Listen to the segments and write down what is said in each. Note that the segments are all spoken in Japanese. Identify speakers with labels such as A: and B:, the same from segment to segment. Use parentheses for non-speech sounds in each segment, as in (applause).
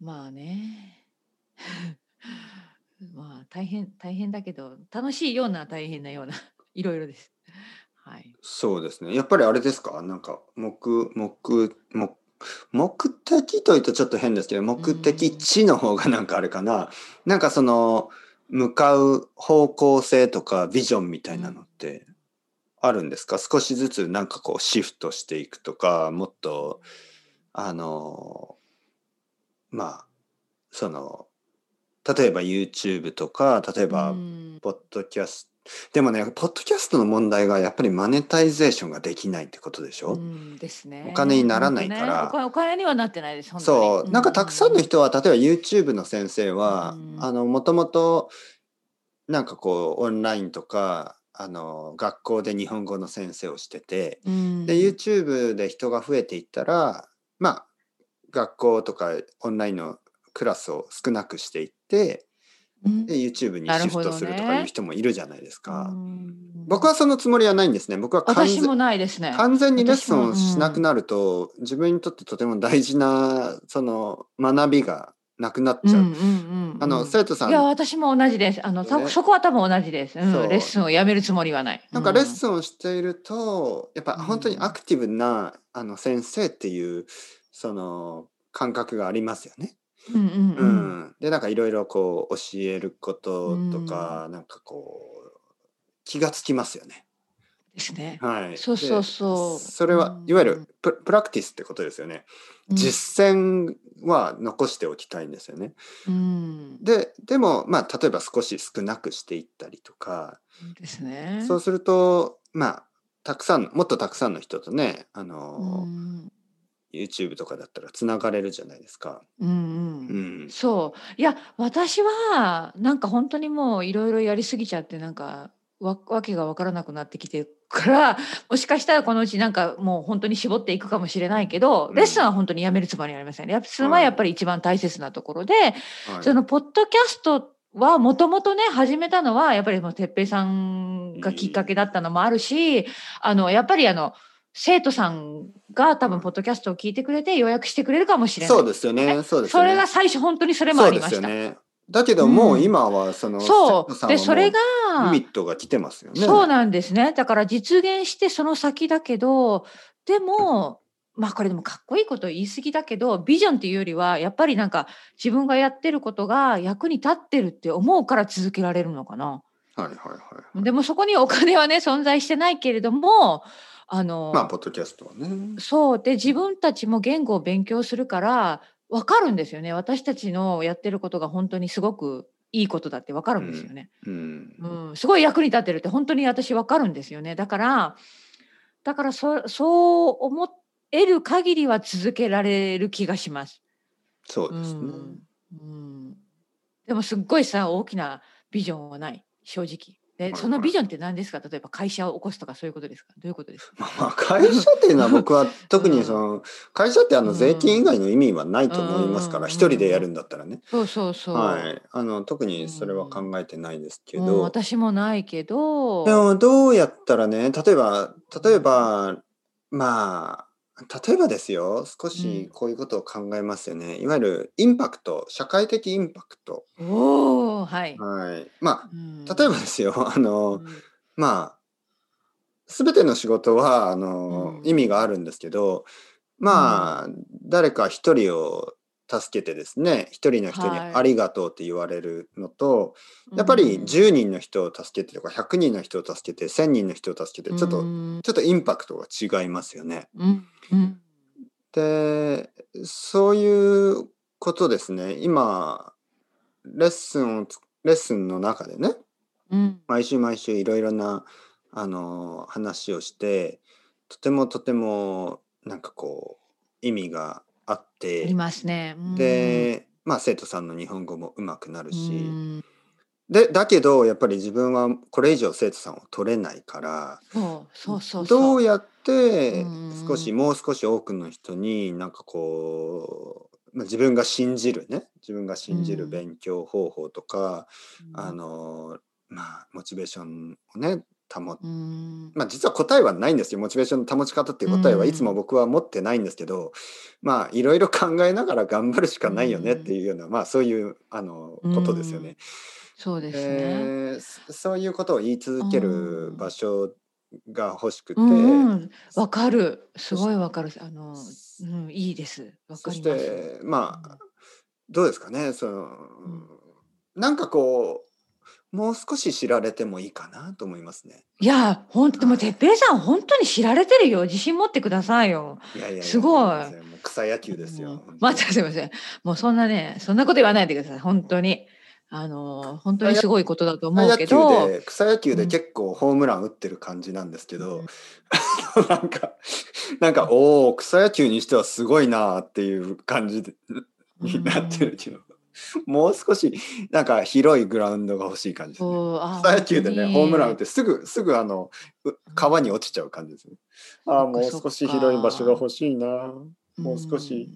A: まあね。 (laughs) まあ大変大変だけど楽しいような大変なような (laughs) いろいろです。はい。
B: そうですね。やっぱりあれですかなんか、目、目、目、目的というとちょっと変ですけど、目的地の方がなんかあれかな。なんかその、向かう方向性とかビジョンみたいなのってあるんですか少しずつなんかこうシフトしていくとか、もっと、あの、まあ、その、例えば YouTube とか、例えば
A: うん
B: ポッドキャスト。でもね、ポッドキャストの問題がやっぱりマネタイゼーションができないってことでしょ、
A: うんですね。
B: お金にならないから
A: 本当ねお金お金にはなってないです。本当に
B: そう。なんかたくさんの。人は、例えば YouTube の先生は、
A: うん
B: あの、もともと、なんかこう、オンラインとか、あの、学校で日本語の先生をしてて、
A: うん
B: で、YouTube で人が増えていったら、まあ、学校とかオンラインのクラスを少なくしていって、
A: うん
B: で、YouTube に
A: な
B: シ
A: る
B: フ
A: ほど
B: ト
A: ね
B: するとかいう人もいるじゃないですか。
A: うん
B: 僕はそのつもりはないんですね。僕は完
A: 私
B: 全
A: もないですね。
B: 完全にレッスンを
A: 私も
B: しなくなると、自分にとってとても大事なその学びがなくなっちゃう。
A: うんうんうん
B: あの生徒さん
A: いや私も同じです。あの
B: ね
A: そそこは多分同じです、うん
B: そう
A: レッスンをやめるつもりはない。
B: なんかレッ
A: ン、
B: スンをしていると、やっぱ本当にアクティブなあの先生っていうその感覚がありますよね。
A: うんうん
B: う
A: うん
B: ん、でなんかいろいろこう教えることとか、なんかこう気がつきますよね。
A: ですね。
B: はい。
A: そうそうそう
B: でそれは
A: うん
B: いわゆるププラクティスってことですよね。
A: うん
B: 実践は残しておきたいんですよね。
A: うん、
B: ででもまあ例えば少し少なくしていったりとか
A: ですね。
B: そうするとまあたくさんもっとたくさんの人とねあの、
A: うん
B: YouTube とかだったらつながれるじゃないですか。
A: うん
B: う
A: うん
B: ん、
A: そういや私はなんか本当にもういろいろやりすぎちゃってなんかわわけが分からなくなってきてるから (laughs) もしかしたらこのうちなんかもう本当に絞っていくかもしれないけど、
B: うん
A: レッスンは本当にやめるつもりはありません。レッスンはやっぱり一番大切なところで、
B: はい
A: そのポッドキャストはもともとね始めたのはやっぱりもう哲平さんがきっかけだったのもあるし、あのやっぱりあの生徒さんが多分ポッドキャストを聞いてくれて予約してくれるかもしれない。
B: そうですよね。そうですよ
A: そ
B: ね
A: れが最初本当にそれもありま
B: そ
A: し
B: う
A: た。
B: ですよね。だけども
A: う
B: うん今はその、
A: そう,、
B: 生徒さんはも
A: でそれが、
B: リミットが来てますよね。
A: そうなんですねだから実現してその先だけどでもまあこれでもかっこいいこと言い過ぎだけどビジョンっていうよりはやっぱりなんか自分がやってることが役に立ってるって思うから続けられるのかな。
B: はいはいはい。
A: でもそこにお金はね存在してないけれどもあの、
B: まあポッドキャストはね。
A: そうで自分たちも言語を勉強するから分かるんですよね私たちのやってることが本当にすごくいいことだって分かるんですよね。
B: うん。
A: うん、すごい役に立ってるって本当に私わかるんですよね。だから、だからそそう思える限りは続けられる気がします。
B: そう
A: う
B: ですね。
A: ん、うん、でもすっごいさ大きなビジョンはない正直。
B: はい
A: で
B: はい
A: そのビジョンって何ですか例えば会社を起こすとかそういうことですかどういうことですか
B: まあ、会社っていうのは僕は特にその会社ってあ
A: う
B: の
A: ん
B: 税金以外の意味はないと思いますか
A: うん
B: ら一人でやるんだったらね、
A: そうそうそう。
B: はい、あの特にそれは考えてないですけ
A: うん
B: ど、
A: 私もないけど。
B: でもどうやったらね例えば例えばまあ例えばですよ少しこういうことを考えますよね、いわゆるインパクト社会的インパクト、
A: おおはい。
B: はい、ま
A: うん
B: あ例えばですよあ
A: う
B: の、
A: ん
B: まあ、すべての仕事は、あ
A: う
B: の、
A: ん
B: 意味があるんですけど、まあ、誰か一人を助けてですね、一人の人に
A: はい
B: ありがとうって言われるのと、やっぱり10人の人を助けてとか、100人の人を助けて、1000人の人を助けて、ちょっと、
A: うん
B: ちょっとインパクトが違いますよね。
A: うんうん
B: で、そういうことですね。今、レッスンをつ、レッスンの中でね、
A: うん
B: 毎週毎週いろいろな、あのー話をしてとてもとてもなんかこう意味があっ
A: あ
B: て
A: りますね。うん、
B: で、まあ、生徒さんの日本語もうまくなる
A: う
B: し、
A: ん、
B: でだけどやっぱり自分はこれ以上生徒さんを取れないから
A: そうそうそうそう。
B: どうやって
A: うん
B: 少しもう少し多くの人になんかこう、まあ、自分が信じるね自分が信じる
A: うん
B: 勉強方法とか、
A: うん
B: あのまあモチベーションをね保つ。
A: うん
B: まあ実は答えはないんですよ。モチベーションの保ち方っていう答えはいつも僕は持ってないんですけど、まあいろいろ考えながら頑張るしかないよねっていうような、まあそういうあのことですよね。
A: そうですね。
B: えーそそういうことを言い続ける場所が欲しくて、
A: うんうん、わかる。すごいわかる。あの、うん、いいです。わか
B: そ
A: り
B: し
A: ます。
B: てま
A: う
B: あ
A: ん
B: どうですかねその、なんかこうもう少し知られてもいいかなと思いますね。
A: いや、本当でも
B: はい
A: てっぺいさん本当に知られてるよ。自信持ってくださいよ。
B: いやいやや
A: すごい
B: もう草野球です
A: うん
B: よ。
A: またすいません。もうそんなね、そんなこと言わないでください。本当に。あの、本当にすごいことだと
B: 草
A: 思う
B: 野
A: け
B: 球
A: ど。
B: で草野球で結構ホームラン打ってる感じなんですけど、 (laughs) なんかなんかおお草野球にしてはすごいなーっていう感じでに (laughs) なってるけど、もう少しなんか広いグラウンドが欲しい感じですね。草
A: 草
B: 野球でねホームラン打ってすぐすぐあのう川に落ちちゃう感じですね。ああもう
A: そっ
B: 少
A: か
B: し広い場所が欲しいな。もう少し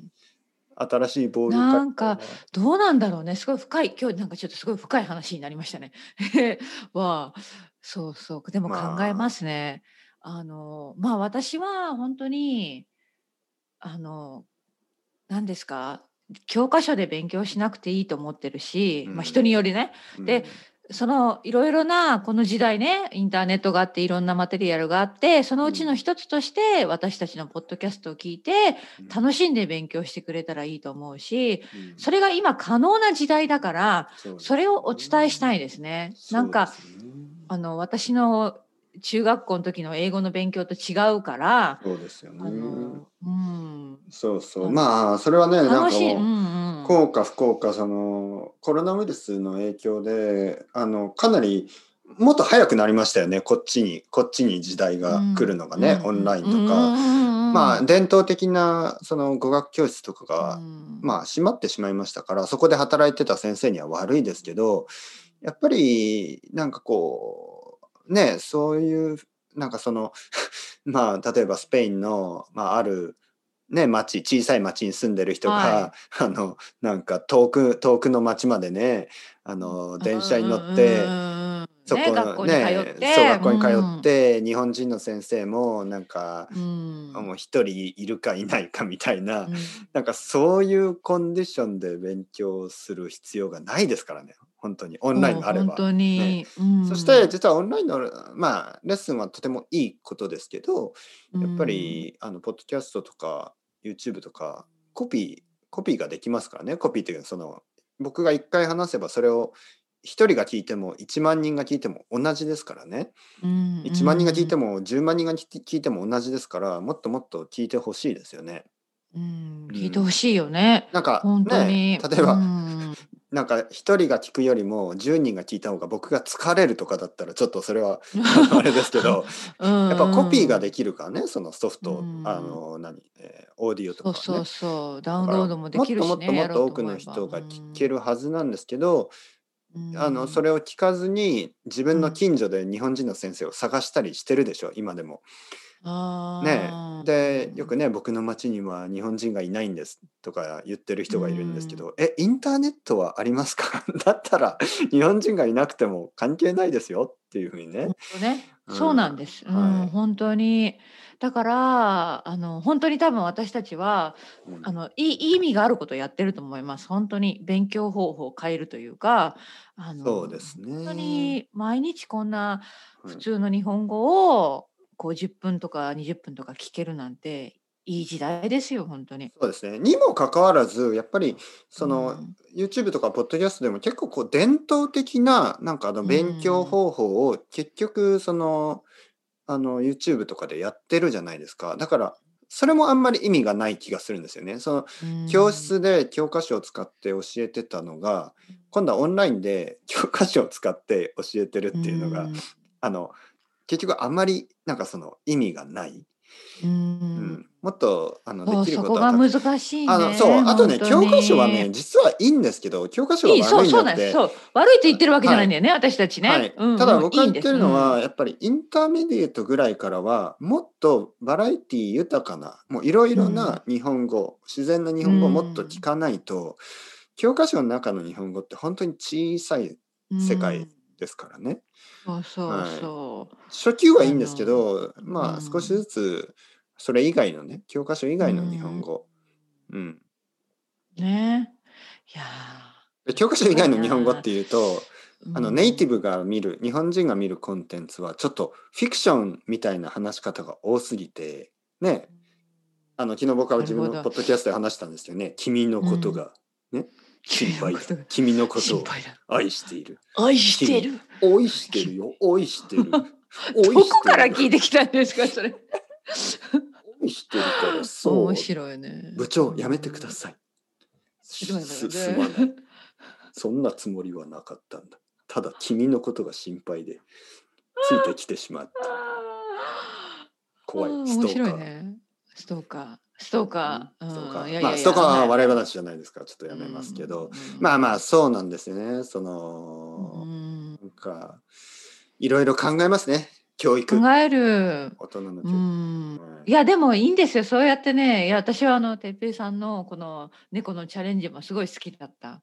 B: 新しいボール
A: なんかどうなんだろうね。すごい深い。今日なんかちょっとすごい深い話になりましたね。 (laughs) は、そうそう。でも
B: まあ
A: 考えますね。あの、まあ私は本当に、あの、何ですか、教科書で勉強しなくていいと思ってるし、
B: うん
A: まあ人によりね、
B: うん
A: でそのいろいろなこの時代ねインターネットがあっていろんなマテリアルがあってそのうちの一つとして私たちのポッドキャストを聞いて
B: うん
A: 楽しんで勉強してくれたらいいと思うし
B: うん
A: それが今可能な時代だから
B: そうです
A: それをお伝えしたいですね。なんか
B: そうですね
A: あの私の中学校の時の英語の勉強と違うから、
B: そうですよ
A: あ
B: ね。
A: のうん、
B: そうそう
A: あの
B: まあそれはねなん
A: 楽
B: か
A: しい、
B: も
A: う
B: うん
A: うん、
B: 効果不効果そのコロナウイルスの影響であのかなりもっと早くなりましたよねこっちにこっちに時代が来るのがね、
A: うん
B: オンラインと
A: うん
B: か、
A: うんうん
B: まあ伝統的なその語学教室とか
A: う
B: が、
A: ん
B: まあ閉まってしまいましたからそこで働いてた先生には悪いですけどやっぱりなんかこうねそういうなんかその (laughs) まあ例えばスペインの、まあ、あるね、町小さい町に住んでる人が、
A: は
B: (laughs) あのなんか遠く遠くの町までねあの電車に乗っ
A: う
B: て
A: んうんうん
B: そこ
A: ね、学校に通って、
B: ねそう学校に通って、日本人の先生もなんか
A: うん、
B: もう一人いるかいないかみたいな、
A: うん
B: なんかそういうコンディションで勉強する必要がないですからね本当にオンラインがあれ
A: もう本
B: ば。
A: 当に、うん
B: そして実はオンラインの、まあ、レッスンはとてもいいことですけどやっぱ、り、あのポッドキャストとか YouTube とかコピーコピーができますからねコピーというのはその僕が一回話せばそれを一人が聞いても1万人が聞いても同じですからね。
A: うん
B: 1万人が聞いて
A: も、
B: も10万人が聞いても同じですからもっともっと聞いてほしいですよね。
A: うん、聞いてほしいよね、
B: なんか
A: 本当に、
B: ね例えば、
A: (laughs) うん
B: なんか1人が聞くよりも10人が聞いた方が僕が疲れるとかだったらちょっとそ
A: (laughs)
B: れはあれですけどやっぱコピーができるからねそのソフト、
A: うん
B: あの何、えーオーディオとか、
A: そう
B: ね、
A: そうそうダウン
B: だから
A: ロードもできるしね
B: もっともっ
A: や
B: と
A: ろ
B: も
A: う
B: っと多く
A: 思え
B: の
A: ば
B: 人が聞けるはずなんですけど、
A: うん
B: あのそれを聞かずに自分の近所で日本人の先生を探したりしてるでしょ今でも。ね
A: あー
B: でよくね僕の町には日本人がいないんですとか言ってる人がいるんですけど、えインターネットはありますか (laughs) だったら日本人がいなくても関係ないですよっていうふうにね
A: 本。当ね、
B: うん
A: そうなんです、うん
B: はい
A: 本当にだからあの本当に多分私たちは
B: うん
A: あのいいいい意味があることをやってると思います本当に勉強方法を変えるというかあの
B: そうですね。
A: 本当に毎日こんな
B: はい
A: 普通の日本語をこう10分とか20分とか聞けるなんていい時代ですよ本当に。
B: そうですね。にもかかわらずやっぱりその、
A: うん
B: YouTube とかポッドキャストでも結構こう伝統的ななんかあの勉強方法を結局そのあの YouTube とかでやってるじゃないですかだからそれもあんまり意味がない気がするんですよね。その
A: うん
B: 教室で教科書を使って教えてたのが今度はオンラインで教科書を使って教えてるっていうのが
A: ん
B: あの結局あんまりなんかその意味がない、
A: う
B: うんん、もっとあの
A: そう
B: でき
A: そ
B: る
A: こ
B: こ
A: とが
B: は
A: 難しいね。
B: あのそうあと
A: 本
B: ね
A: 当
B: 教
A: に
B: 科書はね実はいいんですけど教科書が
A: いい、そ
B: 悪
A: う、
B: いん
A: そう
B: じ
A: な
B: ゃ
A: ん
B: く
A: です。
B: て
A: そう、悪いと言ってるわけじゃないんだよね、私たちね。
B: はい
A: うんうん
B: ただ僕が言ってるの、
A: いいん
B: は
A: です
B: やっぱりインターメディエートぐらいからはもっとバラエティ豊かなもういろいろな日本語、自然な日本語をもっと聞かないと、教科書の中の日本語って本当に小さい
A: うん
B: 世界ですからね。
A: そうそうそう。
B: 初級はいいんですけど、
A: う
B: まあ
A: ん
B: 少しずつそれ以外のね教科書以外の日本語、うん
A: ね。いや
B: で教科書以外の日本語っていうと
A: ー
B: あの
A: うん
B: ネイティブが見る日本人が見るコンテンツはちょっとフィクションみたいな話し方が多すぎてねあの昨日僕は自分
A: なる
B: の
A: ほど
B: ポッドキャストで話したんですよね「君のことが心
A: (laughs)
B: 配だ、
A: 君のことが心
B: 君のことを
A: 配だ。
B: 愛している
A: 愛してる。
B: 愛してるよ愛して
A: (laughs)
B: る
A: どこから聞い
B: て
A: てきたんですか、それ。
B: 愛してるからそう
A: 面白いね。
B: 部長やめてください。す
A: すまない
B: すまない。そんなつもりはなかったんだ。ただ君のことが心配でついてきてしまった。
A: あー
B: 怖い
A: あー。
B: スト
A: 面
B: ー
A: 白
B: カ
A: い
B: ー。
A: ね。ストーカー。ストーカ
B: う
A: ー。
B: んストーカ
A: うんいやいや
B: ー。
A: い
B: ま
A: や
B: あストーカーは笑い話じゃないですからちょっとやめますけど。。まあまあそうなんですよね。そ
A: うん
B: の
A: うん
B: なんかいろいろ考えますね。教育。
A: 考える。
B: 大人
A: う
B: の教育。
A: ん。
B: はい
A: いやでもいいんですよそうやってねいや私はあの哲平さんのこの猫のチャレンジもすごい好きだった。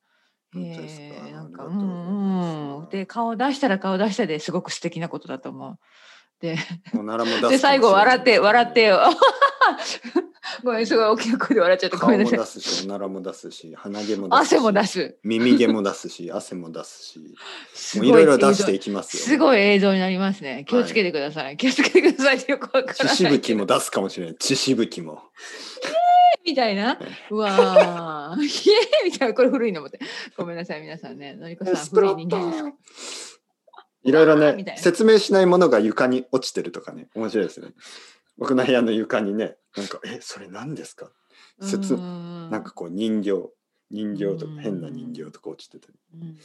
B: 本当ですか
A: えーなんか
B: あ
A: う
B: りがとうございます
A: んうんで顔出したら顔出したですごく素敵なことだと思う。で
B: おならも出すかもしれない
A: で最後笑って笑って。 (laughs) ごめんすごい大きな声で笑っちゃったご
B: 顔
A: め
B: も
A: んなさい
B: 出。すし、おならも出すし、鼻毛も出すし。
A: 汗も出す。
B: 耳毛も出すし、汗も出すし、
A: す
B: も
A: ご
B: う
A: い
B: いろいろ出
A: 映
B: し
A: 像
B: ていきますよ。
A: すごい映像になりますね。気をつけてください。気をつけてくださいってよくわから
B: 血
A: ない。
B: しぶきも出すかもしれない。血しぶきも。
A: (laughs) みたいな。うわー。 (laughs) ひえみたいな。これ古いの持って。ごめんなさい、皆さんね。のりこさん、古い人間ですか。
B: (laughs) いろいろ
A: みたい
B: ね、
A: な
B: 説明しないものが床に落ちてるとかね、面白いですね。僕の部屋の床にね、なんか、え、それ何ですか説
A: うーん
B: なんかこう人形、人形と
A: うん
B: か変な人形とか落ちてて、
A: うん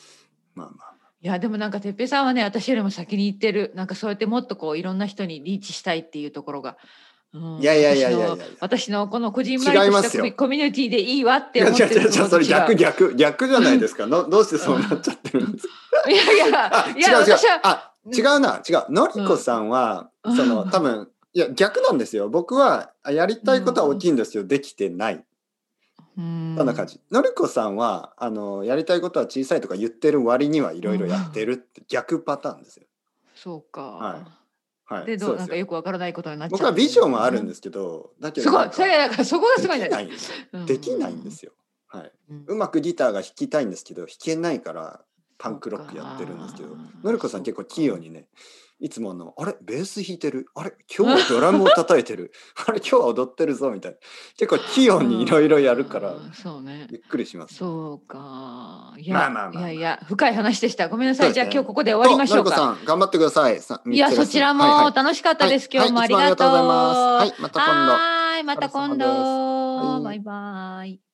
B: まあまあ。
A: いやでもなんか哲平さんはね私よりも先に行ってるなんかそうやってもっとこういろんな人にリーチしたいっていうところが、うん
B: いやいやいやいやいやいや
A: 私の私のこのこじんまりと
B: 違いま
A: した
B: すよ
A: コミコミュニティでいいわっ
B: い
A: て
B: や
A: 思って
B: 違う違う
A: る
B: 違う、それ逆
A: い
B: 逆、逆じゃないですか。のどうしてそうなっちゃってるんですか
A: やいやい
B: あ、 (laughs) 違う
A: や
B: 違う
A: 私は。
B: あ、違うな、違う。のりこさんは、
A: うん
B: そうの、
A: ん
B: 多分、いや、逆なんですよ。僕は、あやりたいことは大きいんですよ。できてない。
A: そん
B: そんな感じ。のりこさんは、あの、やりたいことは小さいとか言ってる割にはいろいろやってるって逆パターンですよ。
A: そうか、
B: ははい。
A: で
B: そ
A: どう
B: で
A: なん
B: す
A: か
B: よ
A: よくわからないことになっちゃう
B: 僕はビジョンはあるんですけど、だけど
A: すご
B: ないんか
A: それだからそこがすごいん
B: で
A: だ
B: きないんですよ。できないん
A: よ、
B: ですよ。はい。
A: うん
B: うまくギターが弾きたいんですけど、弾けないから、パンクロックやってるんですけど
A: そうか、
B: のりこさん結構器用にね、いつもあの、あれベース弾いてるあれ今日はドラムを叩いてるあれ今日は踊ってるぞみたいな。結構器用にいろいろやるから
A: う、んそうね
B: びっくりします。
A: そうかい
B: ま
A: や、
B: あまあまあまあ
A: いやいや深い話でしたごめんなさい、
B: そうです
A: じゃ
B: ね
A: あ今日ここで終わりましょう
B: と
A: か
B: のりこさん、頑張ってください。さ
A: いや
B: 三つです
A: そちら
B: はいは
A: も
B: い
A: 楽しかったです、
B: はい
A: 今日もありがとう、
B: はいいつもありがとうございます。はい、また今度。
A: はーいまた今度
B: お疲れ様ですはい
A: バイバイ